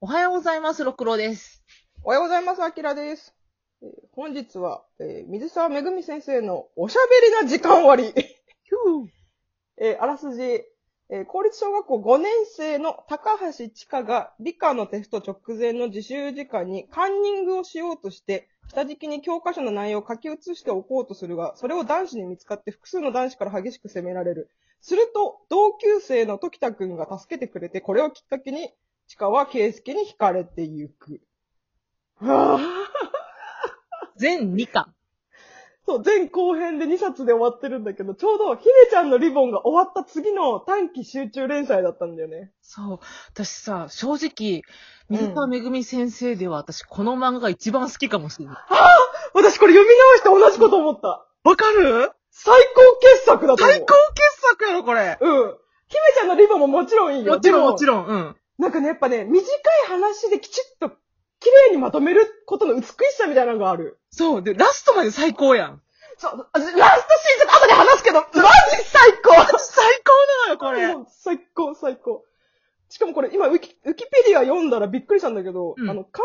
おはようございます、六郎です。おはようございます、あきらです。えー本日は、えー水沢めぐみ先生のおしゃべりな時間割。ヒュ ー。えーあらすじ、えー公立小学校5年生の高橋千佳が理科のテスト直前の自習時間にカンニングをしようとして、下敷きに教科書の内容を書き写しておこうとするが、それを男子に見つかって複数の男子から激しく責められる。すると、同級生の時田くんが助けてくれて、これをきっかけに、千佳は圭介に惹かれてゆく。はぁ。全2巻。そう、前後編で2冊で終わってるんだけど、ちょうど、ひでちゃんのリボンが終わった次の短期集中連載だったんだよね。そう。私さ、正直、水川めぐみ先生では私この漫画が一番好きかもしれない。私これ読み直して同じこと思った。わかる最高傑作だと思う。最高傑作やろ、これ。うん。ひめちゃんのリボンももちろんいいよ。もちろん、でもちろん。うん。なんかね、やっぱね、短い話できちっと、綺麗にまとめることの美しさみたいなのがある。そう。で、ラストまで最高やん。そう、あラストシーンちょっと後で話すけど、マジ最高最高なのよ、これ。もう最高、最高。しかもこれ、今ウィキ、ウィキペディア読んだらびっくりしたんだけど、うんあの、完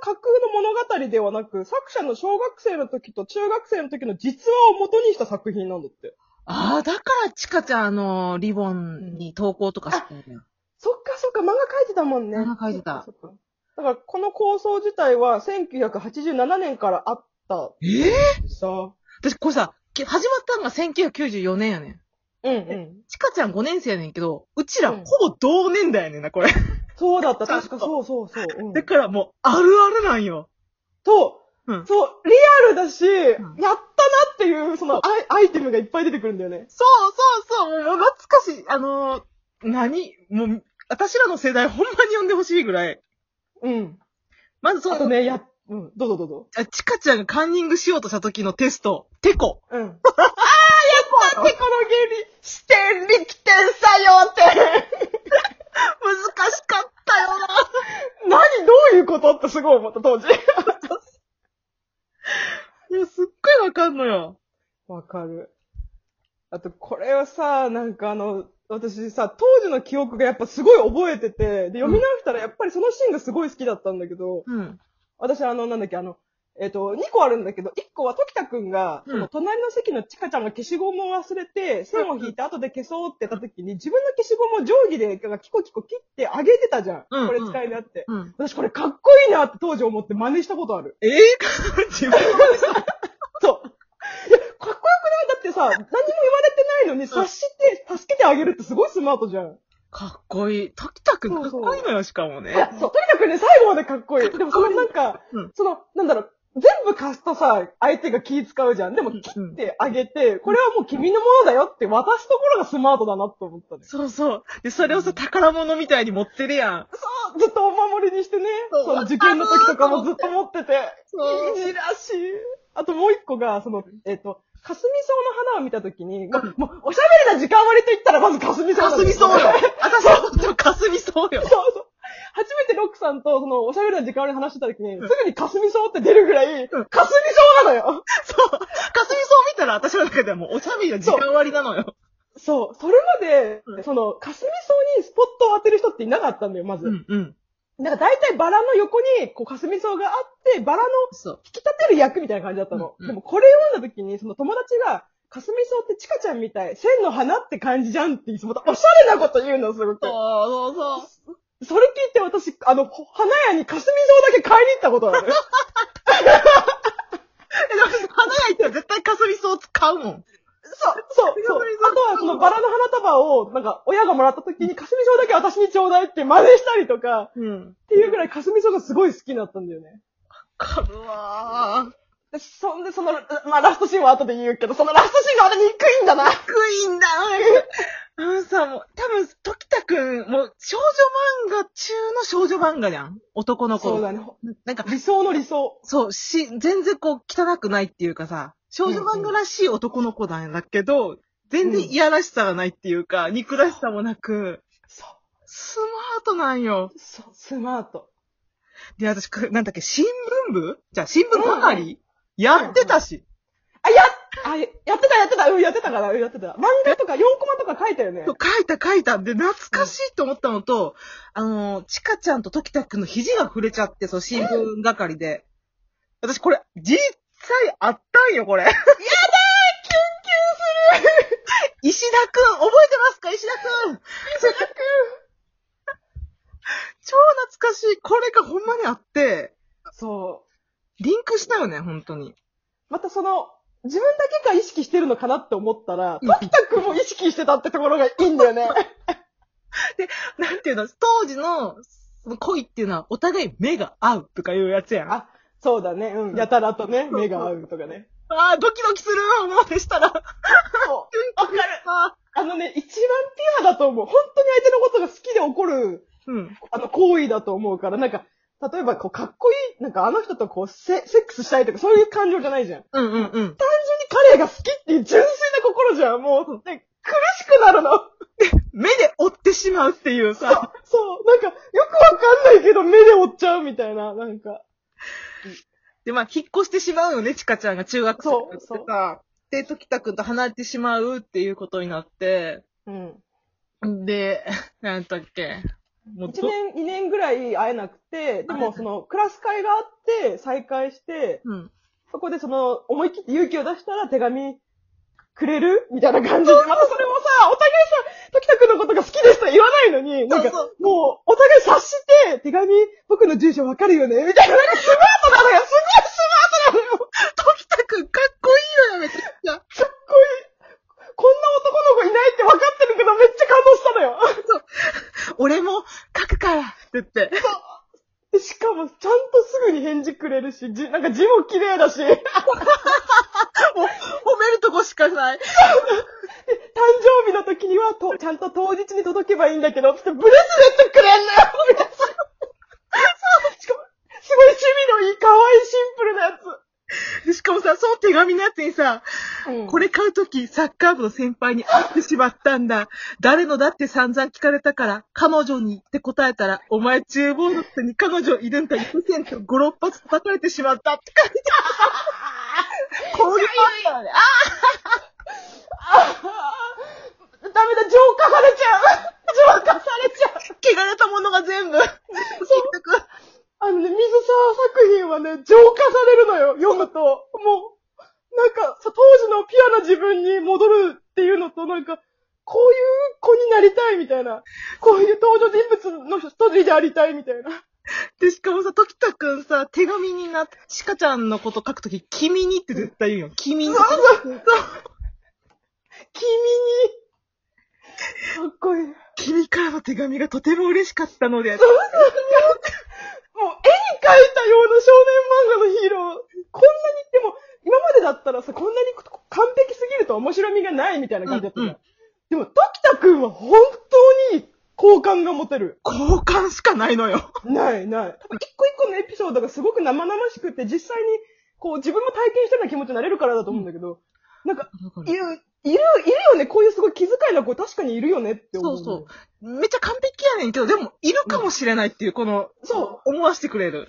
全な架空の物語ではなく、作者の小学生の時と中学生の時の実話を元にした作品なんだって。ああ、だから、ちかちゃん、あの、リボンに投稿とかしてるやん。そっかそっか、漫画書いてたもんね。漫画書いてたそっかそっかだから、この構想自体は1987年からあったええさ。私、これさ、け始まったのが1994年やねん。うんうん。ちかちゃん5年生やねんけど、うちらうんほぼ同年代やねんな、これ。そうだった、ちゃんと確かそうそうそう。うんだからもう、あるあるなんよ。と、うんそう、リアルだし、やったなっていう、そのアイアイテムがいっぱい出てくるんだよね。そうそうそう、もう懐かしい。あのー、何もう、私らの世代ほんまに呼んでほしいぐらい。うん。まずそあとの、ね、や、うん、どうぞどうぞ。あちかちゃんがカンニングしようとした時のテスト、テコ。 うん。ああ、やったってこの原理して力点作用って難しかったよな。何どういうことってすごい思った、当時。いや、すっごいわかんのよ。 わかる。あと、これはさ、なんかあの、私さ、当時の記憶がやっぱすごい覚えてて、で、読み直したらやっぱりそのシーンがすごい好きだったんだけど、うん。私あの、なんだっけ、あの、えっ、と、2個あるんだけど、1個は時田くんが、うんその隣の席のちかちゃんの消しゴムを忘れて、線を引いて後で消そうってやった時に、自分の消しゴムを定規でキコキコ切ってあげてたじゃん。うんこれ使いになって。うん。私これかっこいいなって当時思って真似したことある。ええー、自分のそう。いや、かっこよくないだってさ、何も言われてないのに察して、助けてあげるってすごいスマートじゃん。かっこいい。時田くんかそっうそうこいいのよ、しかもいやね。そう、とにかくね、最後までかっこいい。でもそのなんかうん、その、なんだろう、全部貸すとさ、相手が気使うじゃん。でも、切ってあげて、これはもう君のものだよって渡すところがスマートだなって思ったね。そうそう。で、それをさ、宝物みたいに持ってるやん。あずっとお守りにしてね、そうその受験の時とかもずっと持ってて、そう いいらしい。あともう一個が、その、えっ、と、霞草の花を見た時に、ま、もう、おしゃべりな時間割と言ったらまず霞草なかのすみそうよ。私のことかすみそうよそう。そう。初めてロックさんとそのおしゃべりの時間で話してた時に、すぐに霞草って出るぐらうい、ん霞草なのよ。そう。かすみそう見たら私の中ではもうおしゃべりの時間割なのよ。そう。それまで、うんその、霞草にスポットを当てる人っていなかったんだよ、まず。んうん。なんか大体バラの横に、こう、霞草があって、バラのそう。引き立てる役みたいな感じだったの。うんうんでもこれ読んだ時に、その友達が、霞草ってチカちゃんみたい、千の花って感じじゃんって、またおしゃれなこと言うの、すごく。そうそうそう。それ聞いて私、あの、ほ花屋に霞草だけ買いに行ったことある。え、でも花屋行ったら絶対かすみそう使うもん。そう、そう、そう。あとはそのバラの花束を、なんか、親がもらった時に、霞草だけ私にちょうだいって真似したりとか、うん。っていうぐらい霞草がすごい好きだったんだよね。かるわー。でそんで、その、まあ、ラストシーンは後で言うけど、そのラストシーンがあれにくいんだな。クイーンだあのさ、もう、多分、時田くん、もう、少女漫画中の少女漫画じゃん男の子。そうだね。なんか、理想の理想。そう、し、全然こう、汚くないっていうかさ、少女漫画らしい男の子なんだけど、全然いやらしさがないっていうか、憎らしさもなく、そスマートなんよ。う、そう、スマート。で、私、くなんだっけ、新聞部じゃあ、新聞係、やってたし。あ、やったあ、やってた、やってた、うん、やってたから、うんやってた。漫画とか4コマとか書いたよね。書いた書いた。で、懐かしいと思ったのと、あの、チカちゃんと時田くんの肘が触れちゃって、そう、新聞係で。私これ、実際あったんよ、これ。やだーキュンキュンする石田くん、覚えてますか石田くん石田くん超懐かしい。これがほんまにあって、そリンクしたよね、本当に。う。またその、自分だけが意識してるのかなって思ったら、うん時田くんも意識してたってところがいいんだよね。なんていうの、当時の、その恋っていうのは、お互い目が合うとかいうやつやん。あ そうだね、うん。やたらとね、目が合うとかね。あー、ドキドキする思うでしたら。わかそう。る。ああのね、一番ピュアだと思う。本当に相手のことが好きで起こる、ーうん。あの、行為だと思うから、なんか、例えば、こう、かっこいい、なんかあの人とこう、セセックスしたいとか、そういう感情じゃないじゃん。うんうんうん。彼が好きっていう純粋な心じゃん。もう、ね、苦しくなるの。目で追ってしまうっていうさ。そう、なんか、よくわかんないけど、目で追っちゃうみたいな、なんか。で、まあ、引っ越してしまうよね、ちかちゃんが中学生になってそうさ。で、時田くんと離れてしまうっていうことになって、うん。で、 なんだっけ。もう1ど、年、2年ぐらい会えなくて、でもその、クラス会があって、再会して、うん。そこでその、思い切って勇気を出したら手紙くれるみたいな感じで、またそれもさ、お互いさ、時田くんのことが好きですとは言わないのに、なんか、そうもう、お互い察して、手紙、僕の住所わかるよねみたいな、なんかスマートなのよすごいスマートなのよ時田くんかっこいいよ、やめて。いや、かっこいい。こんな男の子いないって分かってるけど、めっちゃ感動したのよ。俺も書くからって言って。しかも、ちゃんとすぐに返事くれるし、じなんか字も綺麗だし、 誕褒めるとこしかない。生日の時にはと、ちゃんと当日に届けばいいんだけど、つってブレスレットくれんのよみたいなしかも、すごい趣味のいい、可愛いシンプルなやでしかもさ、その手紙のやつにさ、つ。これ買うとき、サッカー部の先輩に会ってしまったんだ。誰のだって散々聞かれたから、彼女にって答えたら、お前厨房の人に彼女いるんだ、いませんと5、6発叩かれてしまったって書いてある。こういうパンだよね。ああーダメだ、浄化されちゃう浄化されちゃう汚れたものが全部。結局。あのね、水沢作品はね、浄化されるのよ、読むと。もう、なんか、さ当時のピュアな自分に戻るっていうのと、なんか、こういう子になりたいみたいな。こういう登場人物の一人でありたいみたいな。で、しかもさ、時田くんさ、手紙になって、シカちゃんのこと書くとき、君にって絶対言うよ。君に。 君に、かっこいい。もう、君からの手紙がとても嬉しかったので、絵に描いたような少年漫画のヒーロー。こんなに、でも、今までだったらさ、こんなに完璧すぎると面白みがないみたいな感じだったじゃうんんうんでも、時田くんは本当に好感が持てる。交換しかないのよ。ないない。多分一個一個のエピソードがすごく生々しくて、実際に、こう自分も体験したような気持ちになれるからだと思うんだけど、なんか、いる、いる、いるよね、こういうすごい気遣いな子確かにいるよねって思う。そうめっちゃ完璧やねんけど、でも、いるかもしれないっていう、この、。そう思わせてくれる。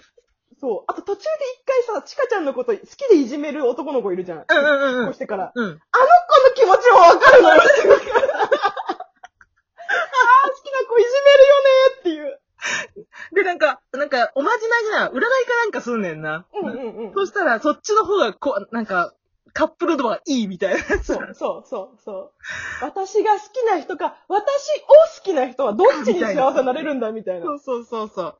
う。そう。あと途中で一回さ、チカちゃんのこと好きでいじめる男の子いるじゃん。うんうんうんうこんう。してから。うん。あの子の気持ちもわかるの よ。ああ、好きな子いじめるよねで、なんか、なんか、おまじないじゃない、占いかなんかすんねんな。っていう。うんうんうん。そしたら、そっちの方が、こう、なんか、カップル度がいいみたいなやつ。そう、そう、そう、そう。私が好きな人か、私を好きな人はどっちに幸せになれるんだ、みたいな。そうそうそうそう。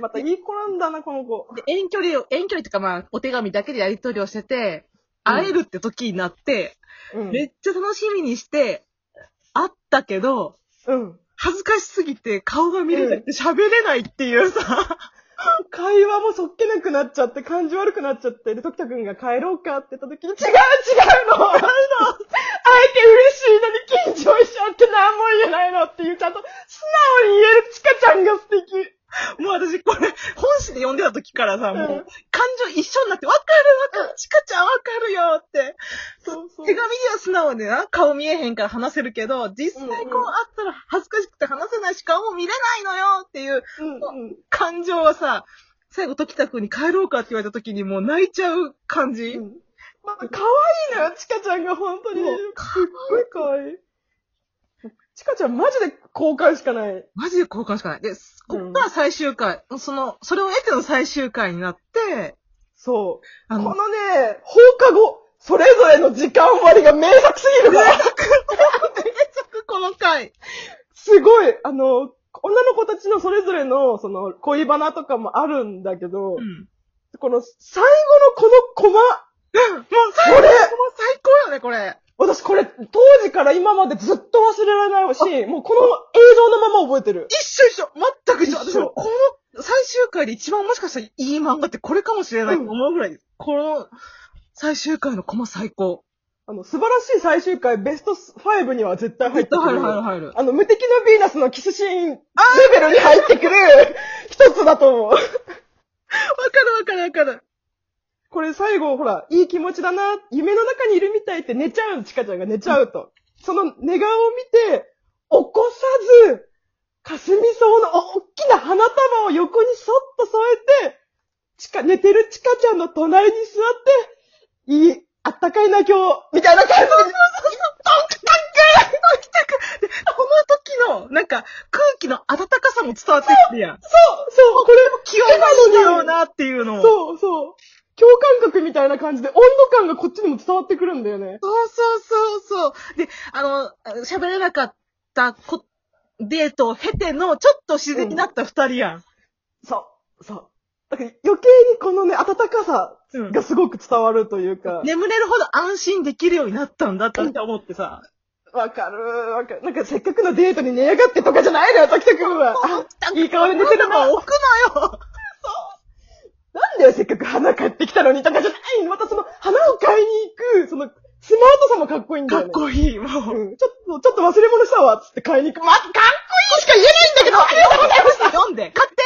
またいい子なんだな、この子。で、遠距離を、遠距離とかまあ、お手紙だけでやり取りをしてて、うん会えるって時になって、うん。めっちゃ楽しみにして、会ったけど、うん。恥ずかしすぎて顔が見れなくて喋れないっていうさ、会話もそっけなくなっちゃって、感じ悪くなっちゃって、で、時田くんが帰ろうかって言った時に、違う違うのあの、会えて嬉しいのに緊張しちゃって何も言えないのっていう、ちゃんと素直に言えるチカちゃんが素敵。もう私これ、本誌で読んでた時からさ、もううん、感情一緒になって、わかるわかる、チカちゃんわかるよって。そうそう手紙には素直でな、顔見えへんから話せるけど、実際こううんうん会ったら恥ずかしくて話せないし、顔も見れないのよっていううんうん。感情はさ、最後、時田くんに帰ろうかって言われた時にもう泣いちゃう感じ。うんまあ、可愛いのよ、ちかちゃんが本当に。そすっうごい可愛い。ちかちゃんマジで好感しかない。マジで交換しかない。で、こっから最終回、その、それを得ての最終回になって、そう。あこのの、ね、放課後、それぞれの時間割が名作すぎるから、この回。すごい、あの、女の子たちのそれぞれの、その、恋バナとかもあるんだけうど、ん。この最後のこのコマ、もう最高、これもう最高よね、これ。私これ、当時から今までずっと忘れられないし、もうこの映像のまま覚えてる。一緒一緒全く一緒一緒私もこの最終回で一番もしかしたらいい漫画ってこれかもしれないと思うぐらい、この最終回のコマ最高。あの、素晴らしい最終回、ベスト5には絶対入ってく入るる。入る入る。あの、無敵のヴィーナスのキスシーンレベルに入ってくる 一つだと思う。わかるわかるわかる。これ最後、ほら、いい気持ちだな、夢の中にいるみたいって寝ちゃう、チカちゃんが寝ちゃうと。その寝顔を見て、起こさず、霞草のお大きな花束を横にそっと添えて、チカ、寝てるチカちゃんの隣に座って、いい、あったかいな今日、みたいな感じで。この時の、なんか、空気の温かさも伝わってくるやん。そう、そう、これも気を出しだよなっていうのを。そうそう。共感覚みたいな感じで、温度感がこっちにも伝わってくるんだよね。そうそうそうそう。で、あの、喋れなかったこデートを経ての、ちょっと自然になった二人やん。そう、そう。だから余計にこのね、温かさうんがすごく伝わるというか。 眠れるほど安心できるようになったんだって思ってさ。わかる、わかる。なんかせっかくのデートに寝やがってとかじゃないのよ、時々君 は。あいい顔で寝てるな。置くなよなんだよ、せっかく花買ってきたのにとかじゃないの。またその花を買いに行く、その、スマートさもかっこいいんだよかね。っこいい、もう。うん、ちょっと、ちょっと忘れ物したわ、つって買いに行く。ま、かっこいいしか言えないんだけど読んで、買って